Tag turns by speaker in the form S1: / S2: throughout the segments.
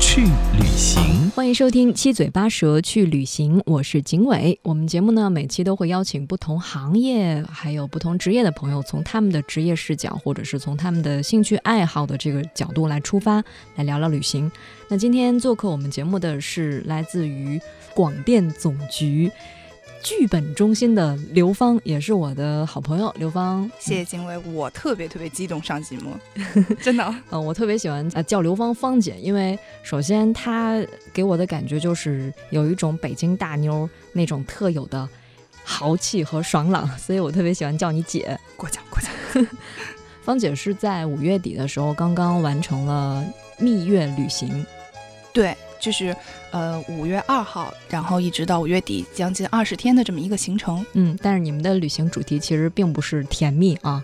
S1: 去旅行。
S2: 欢迎收听《七嘴八舌去旅行》，我是景伟。我们节目呢，每期都会邀请不同行业还有不同职业的朋友，从他们的职业视角，或者是从他们的兴趣爱好的这个角度来出发，来聊聊旅行。那今天做客我们节目的是来自于广电总局剧本中心的刘芳，也是我的好朋友刘芳。
S3: 谢谢金威，我特别特别激动上节 目，真的。
S2: 呃，我特别喜欢呃叫刘芳芳姐，因为首先她给我的感觉就是有一种北京大妞那种特有的豪气和爽朗，所以我特别喜欢叫你姐。
S3: 过奖过奖。
S2: 芳姐是在五月底的时候刚刚完成了蜜月旅行，
S3: 对，就是呃五月二号，然后一直到五月底，将近二十天的这么一个行程。
S2: 嗯，但是你们的旅行主题其实并不是甜蜜啊，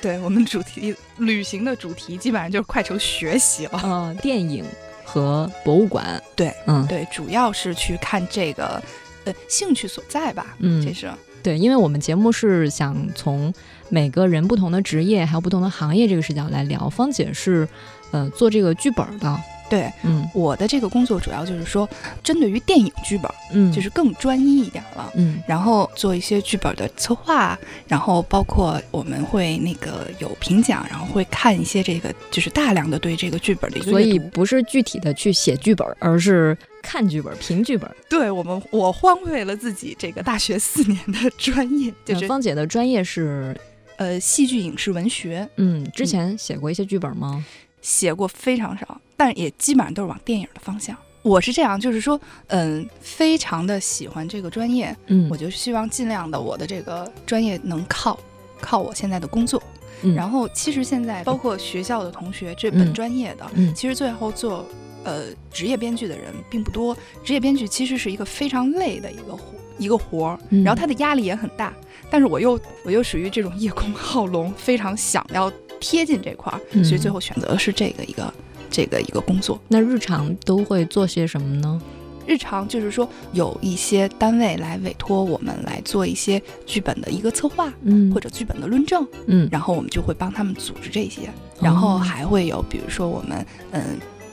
S3: 对我们主题旅行的主题基本上就是快成学习了。
S2: 呃，电影和博物馆。
S3: 对，
S2: 嗯，
S3: 对，主要是去看这个呃兴趣所在吧，
S2: 嗯
S3: 这是
S2: 对，因为我们节目是想从每个人不同的职业还有不同的行业这个视角来聊。芳姐是，呃，做这个剧本儿的，
S3: 对
S2: 嗯
S3: 我的这个工作主要就是说，针对于电影剧本，
S2: 嗯，
S3: 就是更专一一点了。
S2: 嗯
S3: 然后做一些剧本的策划，然后包括我们会那个有评奖，然后会看一些这个就是大量的对这个剧本的一个
S2: 所以
S3: 阅读
S2: 不是具体的去写剧本儿，而是看剧本儿、评剧本儿。
S3: 对我们我荒废了自己这个大学四年的 专业，就
S2: 呃
S3: 是
S2: 芳姐的专业是，
S3: 呃戏剧影视文学，
S2: 嗯，之前写过一些剧本
S3: 嗯
S2: 吗？
S3: 写过非常少，但也基本上都是往电影的方向。我是这样，就是说，嗯，非常的喜欢这个专业，
S2: 嗯
S3: 我，就是希望尽量的我的这个专业能靠靠我现在的工作，
S2: 嗯
S3: 然后其实现在包括学校的同学，这本
S2: 嗯
S3: 专业的，
S2: 嗯
S3: 其实最后做呃职业编剧的人并不多。职业编剧其实是一个非常累的一个活一个活儿，
S2: 嗯
S3: 然后他的压力也很大。但是我又我又属于这种叶公好龙，非常想要贴近这块儿，
S2: 嗯
S3: 所以最后选择的是这个一个这个一个工作。
S2: 那日常都会做些什么呢？
S3: 日常就是说有一些单位来委托我们来做一些剧本的一个策划。
S2: 嗯
S3: 或者剧本的论证，
S2: 嗯，
S3: 然后我们就会帮他们组织这些，然后还会有，比如说我们嗯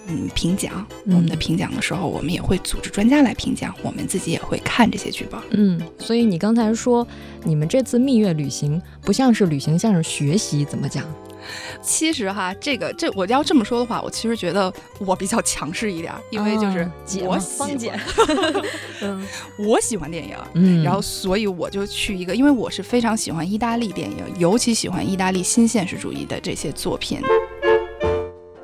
S3: 嗯评奖，我们的
S2: 嗯
S3: 评奖的时候，我们也会组织专家来评奖，我们自己也会看这些剧本。
S2: 嗯，所以你刚才说你们这次蜜月旅行不像是旅行，像是学习，怎么讲？
S3: 其实哈，这个这我要这么说的话，我其实觉得我比较强势一点，因为就是
S2: 啊姐
S3: 我
S2: 嘛
S3: 喜
S2: 芳
S3: 欢
S2: 姐，嗯
S3: 我喜欢电影。
S2: 嗯
S3: 然后，所以我就去一个，因为我是非常喜欢意大利电影，尤其喜欢意大利新现实主义的这些作品。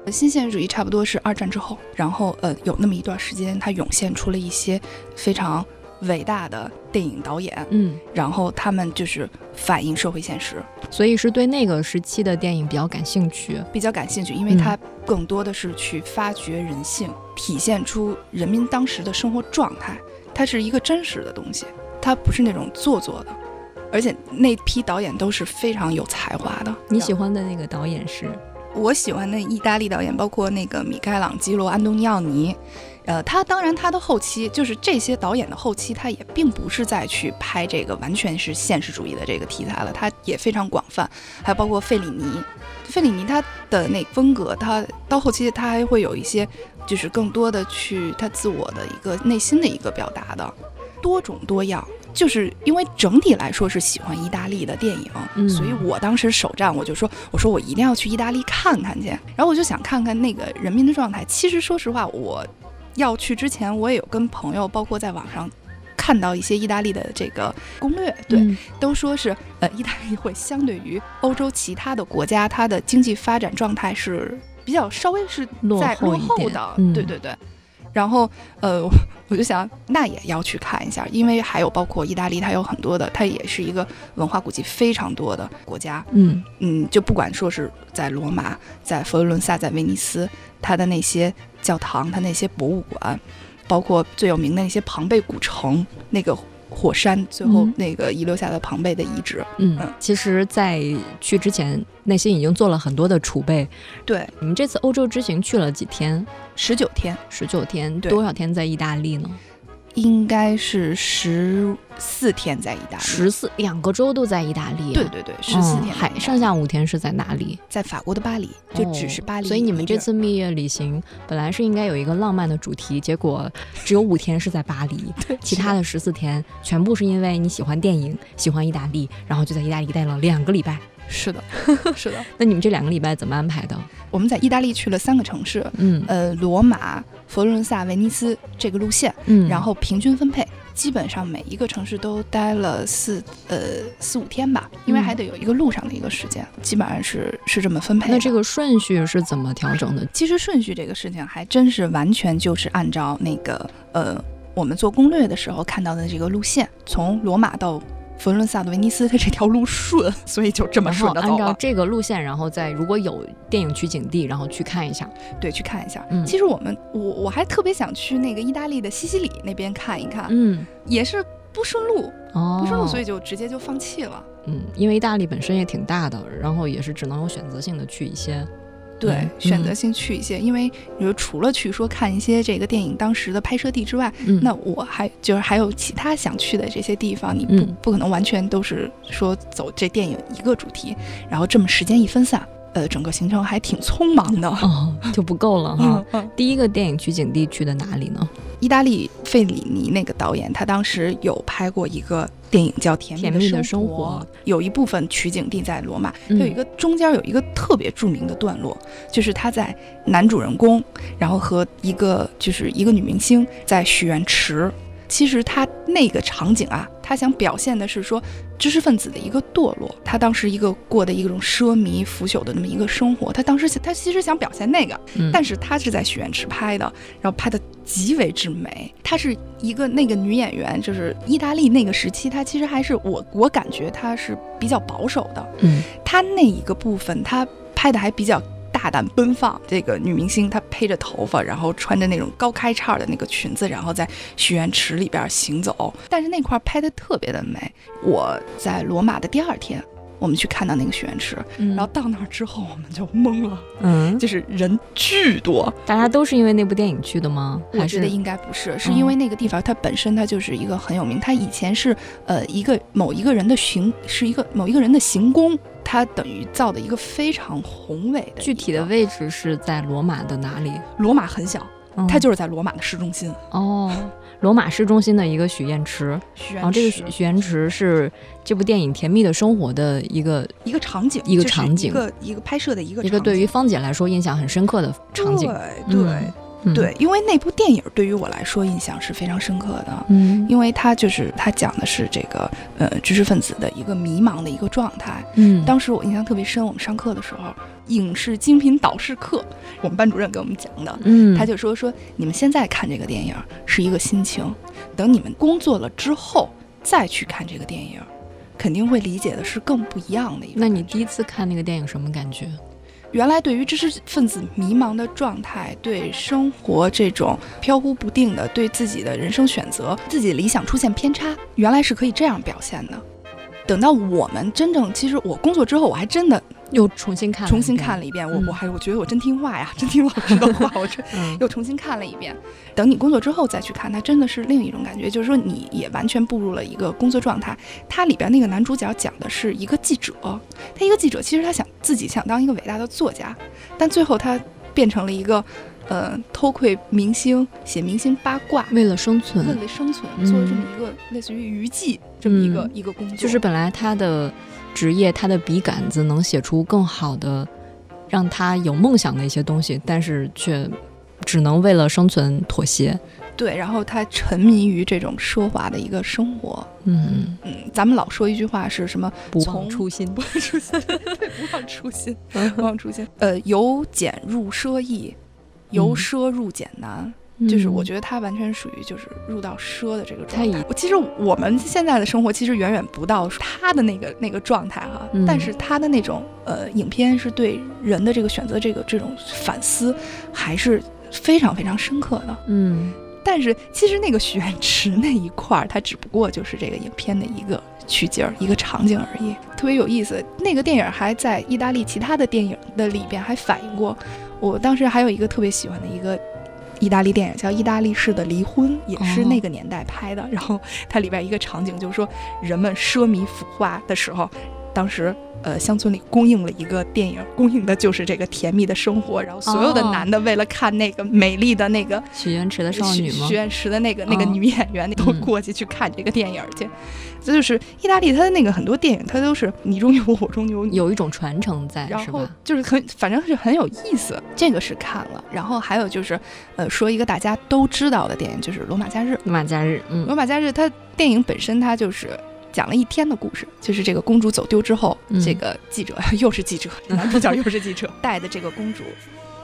S3: 新现实主义差不多是二战之后，然后呃，有那么一段时间，它涌现出了一些非常伟大的电影导演，
S2: 嗯，
S3: 然后他们就是反映社会现实，
S2: 所以是对那个时期的电影比较感兴趣。
S3: 比较感兴趣，因
S2: 嗯
S3: 为它更多的是去发掘人性，体现出人民当时的生活状态，它是一个真实的东西，它不是那种做作的。而且那批导演都是非常有才华的。
S2: 你喜欢的那个导演是，
S3: 我喜欢的意大利导演，包括那个米开朗基罗、安东尼奥尼，呃，他当然他的后期就是这些导演的后期，他也并不是在去拍这个完全是现实主义的这个题材了，他也非常广泛，还包括费里尼，费里尼他的那风格，他到后期他还会有一些就是更多的去他自我的一个内心的一个表达的多种多样。就是因为整体来说是喜欢意大利的电影，
S2: 嗯
S3: 所以我当时首站我就说，我说我一定要去意大利看看去，然后我就想看看那个人民的状态。其实说实话，我要去之前，我也有跟朋友，包括在网上看到一些意大利的这个攻略，对，
S2: 嗯
S3: 都说是呃，意大利会相对于欧洲其他的国家，它的经济发展状态是比较稍微是
S2: 落
S3: 在
S2: 后
S3: 落
S2: 一
S3: 后
S2: 点
S3: 的，
S2: 嗯
S3: 对对对。然后呃，我我就想那也要去看一下，因为还有包括意大利，它有很多的，它也是一个文化古迹非常多的国家，
S2: 嗯
S3: 嗯，就不管说是在罗马、在佛罗伦萨、在威尼斯，它的那些教堂、它那些博物馆，包括最有名的那些庞贝古城，那个火山最后
S2: 嗯
S3: 那个遗留下的庞贝的遗址。
S2: 嗯
S3: 嗯，
S2: 其实，在去之前，内心已经做了很多的储备。
S3: 对，
S2: 你们这次欧洲之行去了几天？
S3: 十九天
S2: 十九天，
S3: 对
S2: 多少天在意大利呢？
S3: 应该是十四天在意大利，
S2: 十四，两个州都在意大利。
S3: 对对对，十四天在意
S2: 嗯
S3: 大利、
S2: 还剩下五天是在哪里？
S3: 在法国的巴黎，就只是巴黎一个地儿、
S2: 哦所以你们这次蜜月旅行本来是应该有一个浪漫的主题，结果只有五天是在 巴黎，其他的十四天全部是因为你喜欢电影，喜欢意大利，然后就在意大利待了两个礼拜。
S3: 是的， 是的，
S2: 那你们这两个礼拜怎么安排的？
S3: 我们在意大利去了三个城市，
S2: 嗯
S3: 呃，罗马、佛罗伦萨、威尼斯这个路线，
S2: 嗯
S3: 然后平均分配，基本上每一个城市都待了四呃四五天吧，因为
S2: 嗯
S3: 还得有一个路上的一个时间，基本上是是这么分配的。
S2: 那这个顺序是怎么调整的？
S3: 其实顺序这个事情还真是完全就是按照那个呃我们做攻略的时候看到的这个路线，从罗马到佛罗伦萨的威尼斯，它这条路顺， 所以就这么
S2: 然后
S3: 顺着走啊
S2: 按照
S3: 了。
S2: 这个路线，然后再如果有电影取景地，然后去看一下。
S3: 对，去看一下。
S2: 嗯
S3: 其实我们我我还特别想去那个意大利的西西里那边看一看，
S2: 嗯，
S3: 也是不顺路，
S2: 哦，
S3: 不顺路，所以就直接就放弃了。
S2: 嗯，因为意大利本身也挺大的，然后也是只能有选择性的去一些。
S3: 对，
S2: 嗯
S3: 选择性去一些，因为你说除了去说看一些这个电影当时的拍摄地之外，
S2: 嗯，
S3: 那我还就是还有其他想去的这些地方，你不、
S2: 嗯
S3: 不可能完全都是说走这电影一个主题，然后这么时间一分散，呃，整个行程还挺匆忙的。
S2: 哦就不够了哈
S3: 嗯。嗯，
S2: 第一个电影取景地去的哪里呢？
S3: 意大利费里尼那个导演，他当时有拍过一个电影叫《甜
S2: 甜蜜
S3: 蜜
S2: 的
S3: 的
S2: 生
S3: 活》，
S2: 活
S3: 有一部分取景地在罗马，它
S2: 嗯
S3: 有一个中间有一个特别著名的段落，就是他在男主人公，然后和一个就是一个女明星在许愿池。其实他那个场景啊，他想表现的是说知识分子的一个堕落，他当时一个过的一种奢靡腐朽的那么一个生活。他当时他其实想表现那个，
S2: 嗯
S3: 但是他是在许愿池拍的，然后拍的极为之美。她是一个那个女演员，就是意大利那个时期，她其实还是我我感觉她是比较保守的。
S2: 嗯
S3: 她那一个部分，她拍的还比较大胆奔放。这个女明星她披着头发，然后穿着那种高开叉的那个裙子，然后在许愿池里边行走。但是那块儿拍的特别的美。我在罗马的第二天，我们去看到那个许愿池，
S2: 嗯，
S3: 然后到那儿之后我们就懵了，
S2: 嗯，
S3: 就是人巨多。
S2: 大家都是因为那部电影去的吗？
S3: 我
S2: 还
S3: 觉得
S2: 是
S3: 应该不是，嗯是因为那个地方它本身它就是一个很有名，它以前是呃一个某一个人的行，是一个某一个人的行宫，它等于造的一个非常宏伟的
S2: 具体的
S3: 一个
S2: 位置是在罗马的哪里？
S3: 罗马很小，
S2: 嗯
S3: 它就是在罗马的市中心。
S2: 哦，罗马市中心的一个许愿池，然
S3: 然
S2: 后这个许许愿池是这部电影《甜蜜的生活》的一个
S3: 一个场景，
S2: 一个
S3: 就是
S2: 场景
S3: 一个一个拍摄的一个
S2: 一个
S3: 场
S2: 对于
S3: 景
S2: 芳姐来说印象很深刻的场景。
S3: 对对、
S2: 嗯嗯，
S3: 对，因为那部电影对于我来说印象是非常深刻的。
S2: 嗯
S3: 因为它就是它讲的是这个呃知识分子的一个迷茫的一个状态，
S2: 嗯，
S3: 当时我印象特别深，我们上课的时候，影视精品导视课，我们班主任给我们讲的，
S2: 嗯，
S3: 他就说说你们现在看这个电影是一个心情，等你们工作了之后再去看这个电影，肯定会理解的是更不一样的一种。
S2: 那你第一次看那个电影什么感觉？
S3: 原来对于知识分子迷茫的状态，对生活这种飘忽不定的，对自己的人生选择、自己理想出现偏差，原来是可以这样表现的。等到我们真正，其实我工作之后，我还真的
S2: 又重新看，
S3: 重新看
S2: 了
S3: 了一遍，我
S2: 嗯
S3: 我还我觉得我真听话呀， 真听老师的话，我这
S2: 一遍，嗯，
S3: 又重新看了一遍。等你工作之后再去看，它真的是另一种感觉，就是说你也完全步入了一个工作状态。它里边那个男主角讲的是一个记者，他一个记者其实他想自己想当一个伟大的作家，但最后他变成了一个呃偷窥明星、写明星八卦。
S2: 为了生
S3: 为
S2: 存，
S3: 了生存，
S2: 嗯
S3: 做了这么一个类似于娱记这么一个、
S2: 嗯
S3: 一个工作，
S2: 就是本来他的职业，他的笔杆子能写出更好的，让他有梦想的一些东西，但是却只能为了生存妥协。
S3: 对。然后他沉迷于这种奢华的一个生活，
S2: 嗯，
S3: 嗯，咱们老说一句话是什么？
S2: 不忘
S3: 从
S2: 初心。
S3: 不忘初心， 对，不忘初心， 不忘初心。呃，由俭入奢易，由
S2: 嗯
S3: 奢入俭难，就是我
S2: 得
S3: 觉得它完全属于就是入到奢的这个
S2: 它
S3: 状
S2: 已
S3: 态。我其实我们现在的生活其实远远不到他的那个那个状态哈，
S2: 嗯
S3: 但是他的那种呃影片是对人的这个选择这个这种反思还是非常非常深刻的。
S2: 嗯，
S3: 但是其实那个许愿池那一块儿，它只不过就是这个影片的一个取景儿、一个场景而已，特别有意思。那个电影还在意大利其他的电影的里边还反映过。我当时还有一个特别喜欢的一个意大利电影叫《意大利式的离婚》，也是那个年代拍的。然后它里边一个呃场景就是说，人们奢靡腐化的时候，当时呃乡村里供应了一个电影，供应的就是这个甜蜜的生活。然后所有的
S2: 哦
S3: 男的为了看那个美丽的那个
S2: 许愿池的少女吗
S3: 许？愿池的那个那个
S2: 哦
S3: 女演员，都
S2: 嗯
S3: 过去去看这个电影去。这就是意大利，它的那个很多电影，它都是你中有我，我中有你。
S2: 有一种传承在，
S3: 然
S2: 是
S3: 后
S2: 吧？
S3: 就是很，反正是很有意思，这个是看了。然后还有就是，呃，说一个大家都知道的电影，就是《罗马假日》。
S2: 马假日，
S3: 《
S2: 嗯
S3: 罗马假日》它电影本身它就是讲了一天的故事，就是这个公主走丢之后，
S2: 嗯
S3: 这个记者 又是记者，男主角又是记 者，带的这个公主，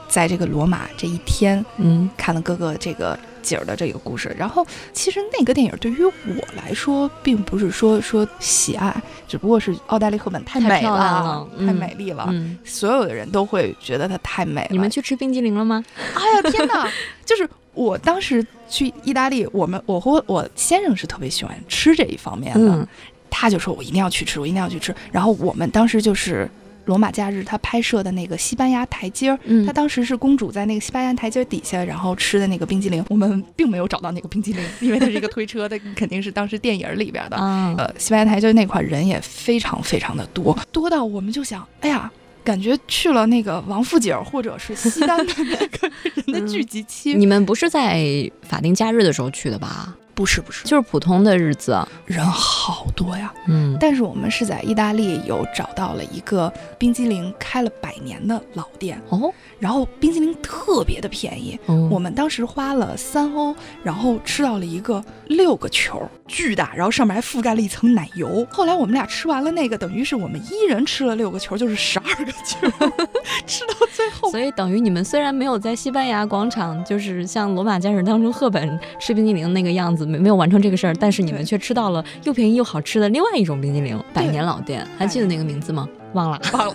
S3: 在这个罗马这一天，
S2: 嗯
S3: 看了哥哥这个景儿的这个故事。然后，其实那个电影对于我来说，并不是说说喜爱，只不过是奥黛丽·赫本太
S2: 太
S3: 美
S2: 漂亮了嗯
S3: 太美丽了。
S2: 嗯，
S3: 所有的人都会觉得她太美了。
S2: 你们去吃冰激凌了吗？
S3: 哎呀天哪！ 就是我当时去意大利，我们我和我先生是特别喜欢吃这一方面的，
S2: 嗯
S3: 他就说我一定要去吃，我一定要去吃。然后我们当时就是罗马假日他拍摄的那个西班牙台阶儿，
S2: 嗯
S3: 她，当时是公主在那个西班牙台阶底下，然后吃的那个冰激凌。我们并没有找到那个冰激凌，因为它是一个推车的，肯定是当时电影里边 的。
S2: 啊，
S3: 呃，西班牙台阶那块人也非常非常的多，多到我们就想，哎呀，感觉去了那个王府井或者是西单的那个 人的聚集区。
S2: 你们不是在法定假日的时候去的吧？
S3: 嗯不是不是，
S2: 就是普通的日子，啊
S3: 人好多呀。
S2: 嗯，
S3: 但是我们是在意大利有找到了一个冰激凌开了百年的老店，
S2: 哦，
S3: 然后冰激凌特别的便宜，我
S2: 我
S3: 们当时花了三欧，然后吃到了一个六个球，巨大，然后上面还覆盖了一层奶油。后来我们俩吃完了那个，等于是我们一人吃了六个球，就是十二个球， 吃到最后
S2: 所以等于你们虽然没有在西班牙广场，就是像罗马假日当中赫本吃冰激凌那个样子，没没有完成这个事儿，但是你们
S3: 对
S2: 却吃到了又便宜又好吃的另外一种冰激凌——百
S3: 对
S2: 年老店，还记得那个名字吗？忘了，
S3: 忘了，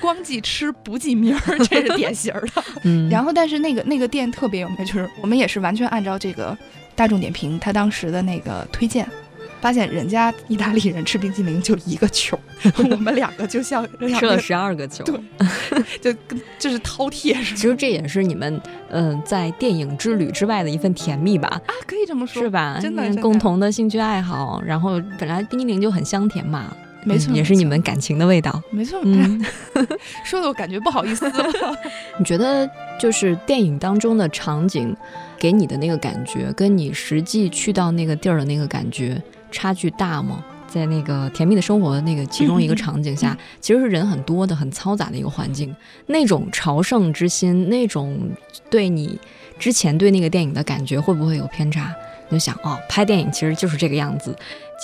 S3: 光记吃不记名儿，这是典型儿的。
S2: 嗯，
S3: 然
S2: 后
S3: 后，但是那个那个店特别有名，就是我们也是完全按照这个大众点评它当时的那个推荐，发现人家意大利人吃冰激凌就一个球， 我们两个就像两
S2: 吃
S3: 个
S2: 了十二个球。
S3: 对就跟就是饕餮似的。
S2: 其实这也是你们，嗯、在电影之旅之外的一份甜蜜吧，
S3: 啊，可以这么说，
S2: 是吧？
S3: 真的
S2: 因为
S3: 真的
S2: 共同的兴趣爱好，然后本来冰激凌就很香甜嘛，
S3: 没错，
S2: 嗯也
S3: 没
S2: 是你
S3: 错
S2: 们感情的味道。
S3: 没错。
S2: 嗯，
S3: 说的我感觉不好意思 了。
S2: 你觉得就是电影当中的场景给你的那个感觉，跟你实际去到那个地儿的那个感觉差距大吗？在那个甜蜜的生活那个其中一个场景下，
S3: 嗯
S2: 其实是人很多的、很嘈杂的一个环境，那种朝圣之心，那种对你之前对那个电影的感觉，会不会有偏差？你就想哦，拍电影其实就是这个样子，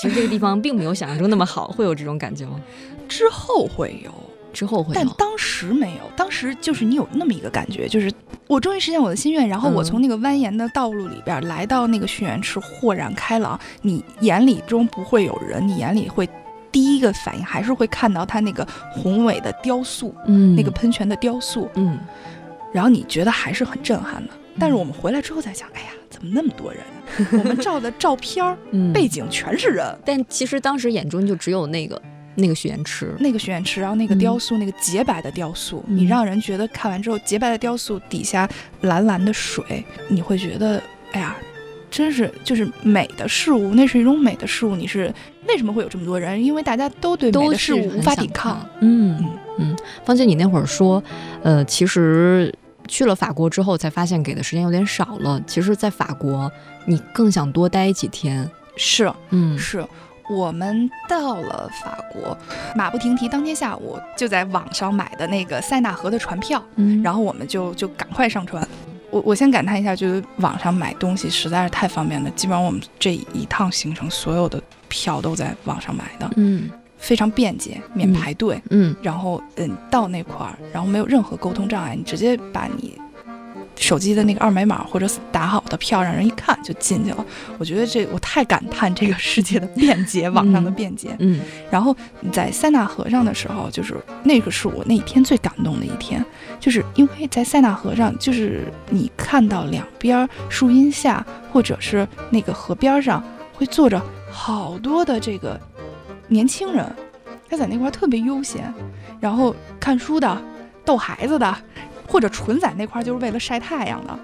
S2: 其实这个地方并没有想象中那么好，会有这种感觉吗？
S3: 之后会有，
S2: 之后会
S3: 但
S2: 有，
S3: 当时没有。当时就是你有那么一个感觉，就是我终于实现我的心愿，然后我
S2: 嗯
S3: 从那个蜿蜒的道路里边来到那个许愿池，豁然开朗。你眼里中不会有人，你眼里会。第一个反应还是会看到它那个宏伟的雕塑，
S2: 嗯，
S3: 那个喷泉的雕塑，
S2: 嗯，
S3: 然后你觉得还是很震撼的。但是我们回来之后才想，哎呀，怎么那么多人啊？我们照的照片儿
S2: 嗯
S3: 背景全是人，
S2: 但其实当时眼中就只有那个那个许愿池，
S3: 那个许愿池，然后那个雕塑，那个洁白的雕塑，
S2: 嗯
S3: 你让人觉得看完之后，洁白的雕塑底下蓝蓝的水，你会觉得，哎呀，真是就是美的事物，那是一种美的事物。你是为什么会有这么多人？因为大家都对美
S2: 都
S3: 的事
S2: 是
S3: 物无
S2: 很
S3: 法
S2: 想
S3: 抵抗
S2: 看。。嗯
S3: 嗯
S2: 嗯，方姐，你那会儿说，呃，其实去了法国之后才发现给的时间有点少了。其实，在法国，你更想多待几天。
S3: 是
S2: 嗯
S3: 是。我们到了法国，马不停蹄。当天下午就在网上买的那个塞纳河的船票，
S2: 嗯
S3: 然
S2: 后
S3: 后我们就就赶快上船。我我先感叹一下，就是网上买东西实在是太方便了，基本上我们这一趟行程所有的票都在网上买的，
S2: 嗯
S3: 非常便捷，免
S2: 嗯
S3: 排队。
S2: 嗯
S3: 然后嗯，到那块儿，然后没有任何沟通障碍，你直接把你手机的那个二维码或者打好的票，让人一看就进去了。我觉得这我太感叹这个世界的便捷，网上的便捷。
S2: 嗯
S3: 然后在塞纳河上的时候，就是那个是我那一天最感动的一天，就是因为在塞纳河上，就是你看到两边儿树荫下，或者是那个河边儿上，会坐着好多的这个年轻人，他在那块儿特别悠闲，然后看书的、逗孩子的，或者纯在那块儿就是为了晒太阳的，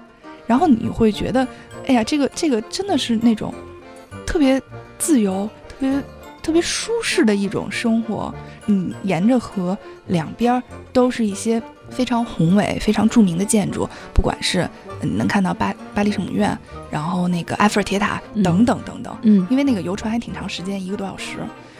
S3: 然后你会觉得，哎呀，这个这个真的是那种特别自由、特别特别舒适的一种生活。嗯，沿着河两边儿都是一些非常宏伟、非常著名的建筑，不管是嗯能看到巴巴黎圣母院，然后那个埃菲尔铁塔
S2: 嗯
S3: 等等等等。
S2: 嗯，
S3: 因为那个游船还挺长时间，一个多小时，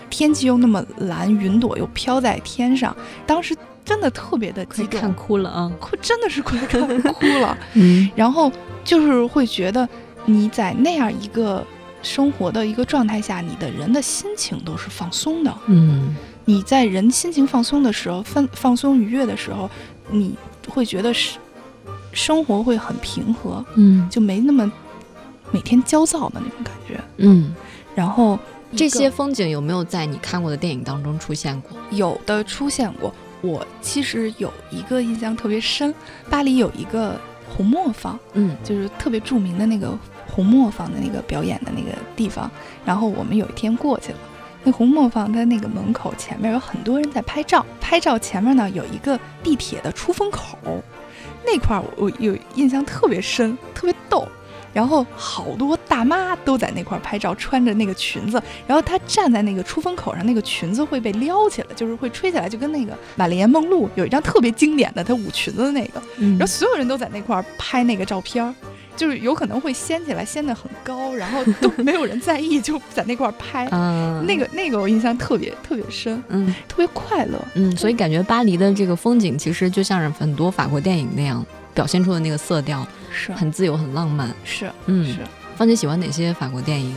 S3: 天气又那么蓝，云朵又飘在天上，当时真的特别的
S2: 可
S3: 激
S2: 以看
S3: 动，
S2: 哭了啊，
S3: 哭真的是快看哭了。
S2: 嗯
S3: 然后就是会觉得你在那样一个生活的一个状态下，你的人的心情都是放松的。
S2: 嗯
S3: 你在人心情放松的时候，放放松愉悦的时候，你会觉得是生活会很平和，
S2: 嗯
S3: 就没那么每天焦躁的那种感觉。
S2: 嗯，
S3: 然后一个
S2: 这些风景有没有在你看过的电影当中出现过？
S3: 有的出现过。我其实有一个印象特别深，巴黎有一个红磨坊，
S2: 嗯
S3: 就是特别著名的那个红磨坊的那个表演的那个地方。然后我们有一天过去了，那红磨坊它那个门口前面有很多人在拍照，拍照前面呢有一个地铁的出风口，那块儿我我有印象特别深，特别逗。然后好多大妈都在那块儿拍照，穿着那个裙子，然后她站在那个出风口上，那个裙子会被撩起来，就是会吹起来，就跟那个玛丽莲梦露有一张特别经典的她舞裙子的那个，
S2: 嗯
S3: 然后所有人都在那块儿拍那个照片儿，就是有可能会掀起来，掀得很高，然后 都没有人在意，就在那块儿拍。
S2: 啊，
S3: 那个那个我印象特别特别深，
S2: 嗯
S3: 特别快乐。
S2: 嗯，所以感觉巴黎的这个风景其实就像是很多法国电影那样表现出的那个色调，
S3: 是
S2: 很自由，很浪漫。
S3: 是
S2: 嗯
S3: 是，，啊
S2: 芳姐喜欢哪些法国电影？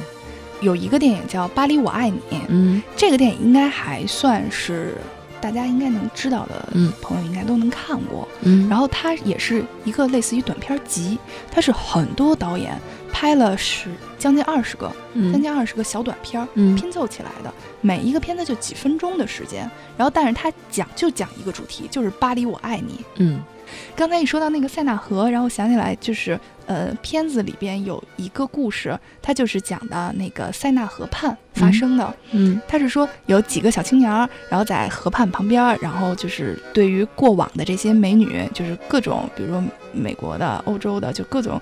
S3: 有一个电影叫《巴黎我爱你》，
S2: 嗯
S3: 这个电影应该还算是大家应该能知道的
S2: 嗯
S3: 朋友应该都能看过。
S2: 嗯，
S3: 然后它也是一个类似于短片集，它是很多导演拍了十将近二十个，将
S2: 嗯
S3: 近二十个小短片儿。
S2: 嗯
S3: 拼凑起来的，每一个片子就几分钟的时间，然后但是它讲就讲一个主题，就是巴黎我爱你。
S2: 嗯
S3: 刚才一说到那个塞纳河，然后想起来就是呃，片子里边有一个故事，它就是讲的那个塞纳河畔发生的。
S2: 嗯
S3: 它是说有几个小青年儿，然后在河畔旁边儿，然后就是对于过往的这些美女，就是各种，比如说美国的、欧洲的，就各种。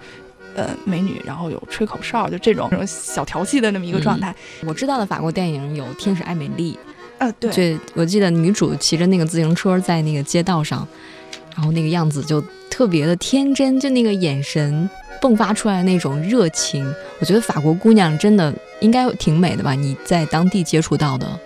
S3: 呃，美女，然后有吹口哨，就这种这种小调戏的那么一个状态。
S2: 我知道的法国电影有《天使艾美丽》，
S3: 呃，对，
S2: 对，我记得女主骑着那个自行车在那个街道上，然后那个样子就特别的天真，就那个眼神迸发出来那种热情。我觉得法国姑娘真的应该挺美的吧？你在当地接触到的，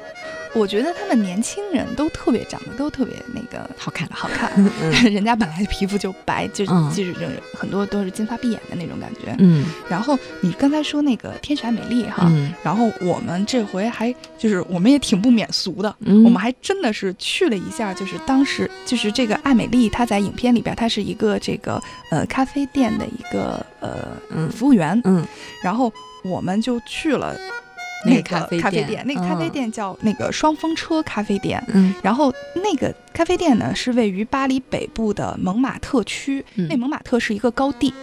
S3: 我觉得他们年轻人都特别长得都特别那个
S2: 好看。
S3: 好看，
S2: 嗯
S3: 人家本来皮肤就白，就
S2: 嗯
S3: 就是这种很多都是金发碧眼的那种感觉。
S2: 嗯
S3: 然后你刚才说那个天使爱美丽哈，
S2: 嗯
S3: 然后我们这回还就是我们也挺不免俗的。
S2: 嗯，
S3: 我们还真的是去了一下，就是当时就是这个艾美丽，她在影片里边，她是一个这个呃咖啡店的一个呃
S2: 嗯
S3: 服务员，
S2: 嗯
S3: 然后我们就去了
S2: 那
S3: 那
S2: 个
S3: 个
S2: 咖啡
S3: 啡
S2: 店
S3: 那个咖啡
S2: 嗯
S3: 店叫那个双风车咖啡店。
S2: 嗯
S3: 然后那个咖啡店呢，是位于巴黎北部的蒙马特区。
S2: 嗯
S3: 那蒙马特是一个高地，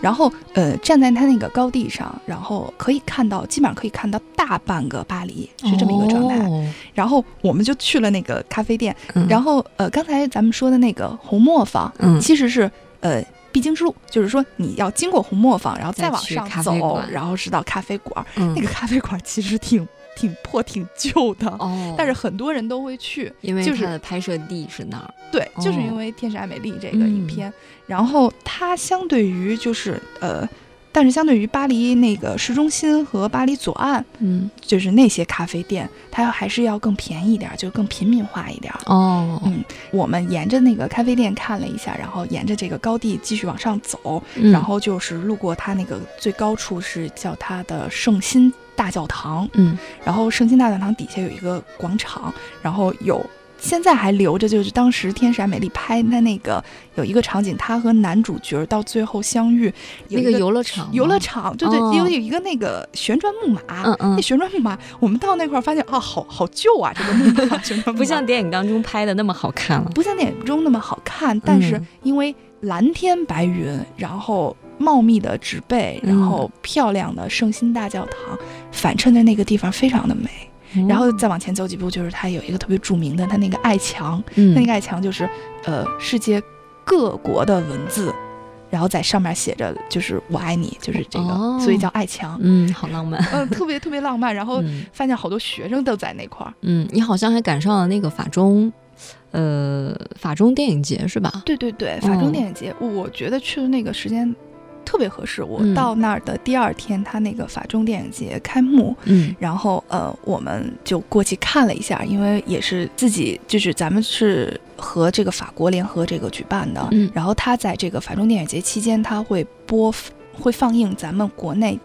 S3: 然后呃，站在它那个高地上，然后可以看到，基本上可以看到大半个巴黎，是这么一个状态。
S2: 哦
S3: 然后我们就去了那个咖啡店，
S2: 嗯、
S3: 然
S2: 后
S3: 后呃，刚才咱们说的那个红磨坊，
S2: 嗯
S3: 其实是呃必经之路，就是说你要经过红磨坊，然后
S2: 再
S3: 再往
S2: 去
S3: 上
S2: 咖啡
S3: 走
S2: 馆，
S3: 然后是到咖啡馆。
S2: 嗯
S3: 那个咖啡馆其实挺挺破、挺旧的，
S2: 哦，
S3: 但是很多人都会去。
S2: 因为
S3: 就是
S2: 它的拍摄地是那儿，
S3: 对，就是
S2: 哦嗯
S3: 因为《天使爱美丽》这个影片，然后它相对于就是呃，但是相对于巴黎那个市中心和巴黎左岸，
S2: 嗯
S3: 就是那些咖啡店，它还是要更便宜一点儿，就更平民化一点儿。
S2: 哦，
S3: 嗯我们沿着那个咖啡店看了一下，然后沿着这个高地继续往上走，
S2: 嗯
S3: 然后就是路过它那个最高处是叫它的圣心大教堂，
S2: 嗯
S3: 然后圣心大教堂底下有一个广场，然后有现在还留着，就是当时天使爱美丽拍他那个有一个场景，他和男主角到最后相遇，有
S2: 那
S3: 一
S2: 个
S3: 个
S2: 游乐场，
S3: 游乐，场，对对，
S2: 哦
S3: 因为有一个那个旋转木马，
S2: 嗯嗯
S3: 那，旋转木马，我们到那块儿发现啊，好好旧啊，这个木马旋转木马
S2: 不像电影当中拍的那么好看了。
S3: 不像电影中那么好看，但是
S2: 嗯
S3: 因为蓝天白云，然后茂密的植被，
S2: 嗯
S3: 然后漂亮的圣心大教堂，反衬的那个地方非常的美。
S2: 嗯
S3: 然后再往前走几步，就是它有一个特别著名的，它那个爱墙，
S2: 嗯，
S3: 它那个爱墙就是呃世界各国的文字，然后在上面写着就是我爱你，就是这个，
S2: 哦
S3: 所以叫爱墙。
S2: 嗯，好浪漫。
S3: 嗯，特别特别浪漫，然后
S2: 嗯
S3: 发现好多学生都在那块儿。
S2: 嗯，你好像还赶上了那个法中，呃，法中电影节是吧？
S3: 对对对，法中
S2: 嗯
S3: 电影节，我觉得去的那个时间特别合适。我
S2: 嗯
S3: 到那儿的第二天，他那个法中电影节开幕，
S2: 嗯
S3: 然后呃，我们就过去看了一下，因为也是自己，就是咱们是和这个法国联合这个举办的，
S2: 嗯
S3: 然后他在这个法中电影节期间，他会播会放映咱们国内。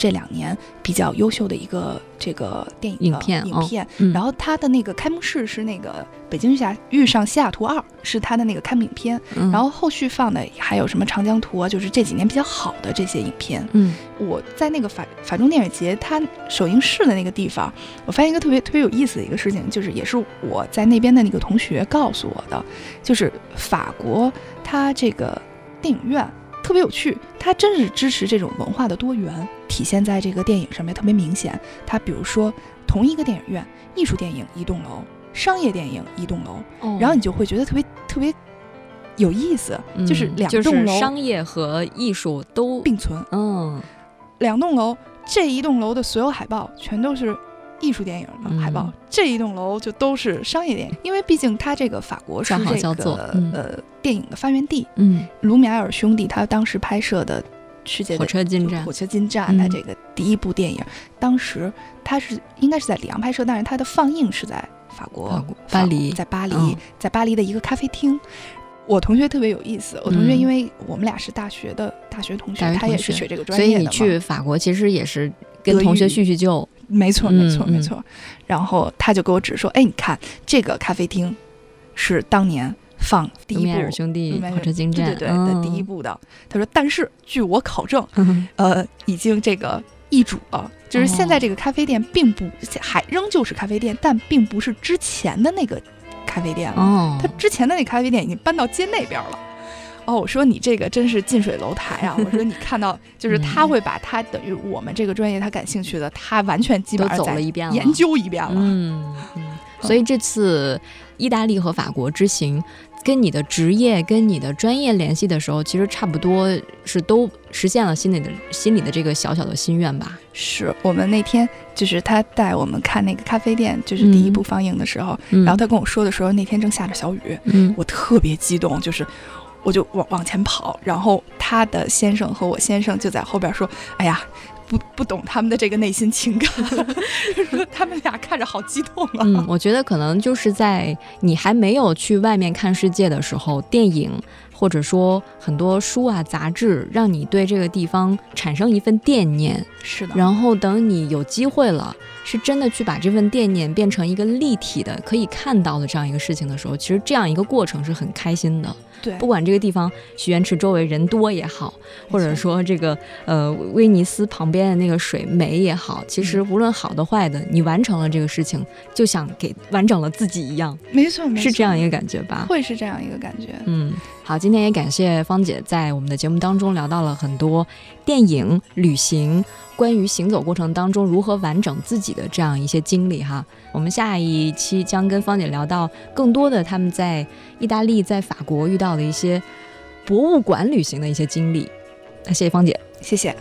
S3: 这两年比较优秀的一个这个电影的
S2: 影片哦
S3: 影片，
S2: 嗯，
S3: 然
S2: 后
S3: 后它的那个开幕式是那个《北京下遇上西雅图二》，是它的那个开幕影片。
S2: 然
S3: 然后后续放的还有什么《长江图》啊，就是这几年比较好的这些影片。
S2: 嗯
S3: 我在那个法法中电影节它首映式的那个地方，我发现一个特别特别有意思的一个事情，就是也是我在那边的那个同学告诉我的，就是法国它这个电影院特别有趣，它真是支持这种文化的多元，体现在这个电影上面特别明显。它比如说同一个电影院，艺术电影一栋楼，商业电影一栋楼，
S2: 哦
S3: 然后你就会觉得特别特别有意思，
S2: 嗯
S3: 就是两
S2: 就
S3: 栋楼
S2: 商业和艺术都
S3: 并存，
S2: 嗯
S3: 两栋楼这一栋楼的所有海报全都是。艺术电影的海报，
S2: 嗯
S3: 这一栋楼就都是商业 电影，因为毕竟它这个法国是
S2: 叫好
S3: 这
S2: 叫
S3: 个
S2: 座嗯
S3: 呃电影的发源地，
S2: 嗯，
S3: 卢米埃尔兄弟他当时拍摄的世界的
S2: 火车进站
S3: 火，车进站，
S2: 嗯
S3: 他这个第一部电影，当时他是应该是在里昂拍摄，但是他的放映是在法国
S2: 法国
S3: 法
S2: 巴
S3: 国
S2: 黎
S3: 在巴黎、
S2: 嗯
S3: 在巴黎的一个咖啡厅。我同学特别有意思，我同学
S2: 嗯
S3: 因为我们俩是大学的大学同学，
S2: 大学
S3: 他也
S2: 同
S3: 是
S2: 学
S3: 学这个专
S2: 所以
S3: 业的
S2: 你
S3: 嘛，
S2: 去法国其实也是跟
S3: 德
S2: 同学
S3: 语
S2: 叙叙旧，
S3: 没错
S2: 嗯
S3: 没错
S2: 嗯
S3: 没错。然后他就给我指说，哎，你看这个咖啡厅是当年放第
S2: 卢
S3: 一
S2: 米
S3: 部
S2: 埃尔兄弟
S3: 卢米埃尔
S2: 火车嗯进
S3: 对
S2: 站，
S3: 对对的第一部的，他说，但是据我考证，
S2: 嗯
S3: 呃，已经这个易主了。就是现
S2: 哦
S3: 在这个咖啡店并不还仍旧是咖啡店，但并不是之前的那个咖啡店了。
S2: 哦
S3: 它，之前的那咖啡店已经搬到街那边了。哦，我说你这个真是近水楼台啊！我说你看到就是他
S2: 嗯
S3: 会把他等于我们这个专业他感兴趣的，他完全基
S2: 都
S3: 本上
S2: 走了
S3: 在
S2: 一遍了，
S3: 研究一遍了。
S2: 嗯，嗯，所以这次意大利和法国之行，跟你的职业、跟你的专业联系的时候，其实差不多是都实现了心里的心里的这个小小的心愿吧。
S3: 是我们那天就是他带我们看那个咖啡店，就是第一
S2: 嗯
S3: 部放映的时候，
S2: 嗯
S3: 然后他跟我说的时候，那天正下着小雨，
S2: 嗯
S3: 我特别激动，就是我就往往前跑，然后他的先生和我先生就在后边说：“哎呀，不不懂他们的这个内心情感， 说他们俩看着好激动 啊。
S2: 嗯，我觉得可能就是在你还没有去外面看世界的时候，电影或者说很多书啊、杂志，让你对这个地方产生一份惦念，
S3: 是的，
S2: 然后等你有机会了，是真的去把这份惦念变成一个立体的、可以看到的这样一个事情的时候，其实这样一个过程是很开心的。
S3: 对，
S2: 不管这个地方许愿池周围人多也好，或者说这个呃威尼斯旁边的那个水美也好，其实
S3: 嗯
S2: 无论好的坏的，你完成了这个事情，就像给完整了自己一样，
S3: 没错，没错
S2: 是这样一个感觉吧？
S3: 会是这样一个感觉。
S2: 嗯，好，今天也感谢芳姐在我们的节目当中聊到了很多电影、旅行，关于行走过程当中如何完整自己的这样一些经历哈。我们下一期将跟芳姐聊到更多的他们在意大利、在法国遇到的一些博物馆旅行的一些经历。那谢谢芳姐。
S3: 谢谢。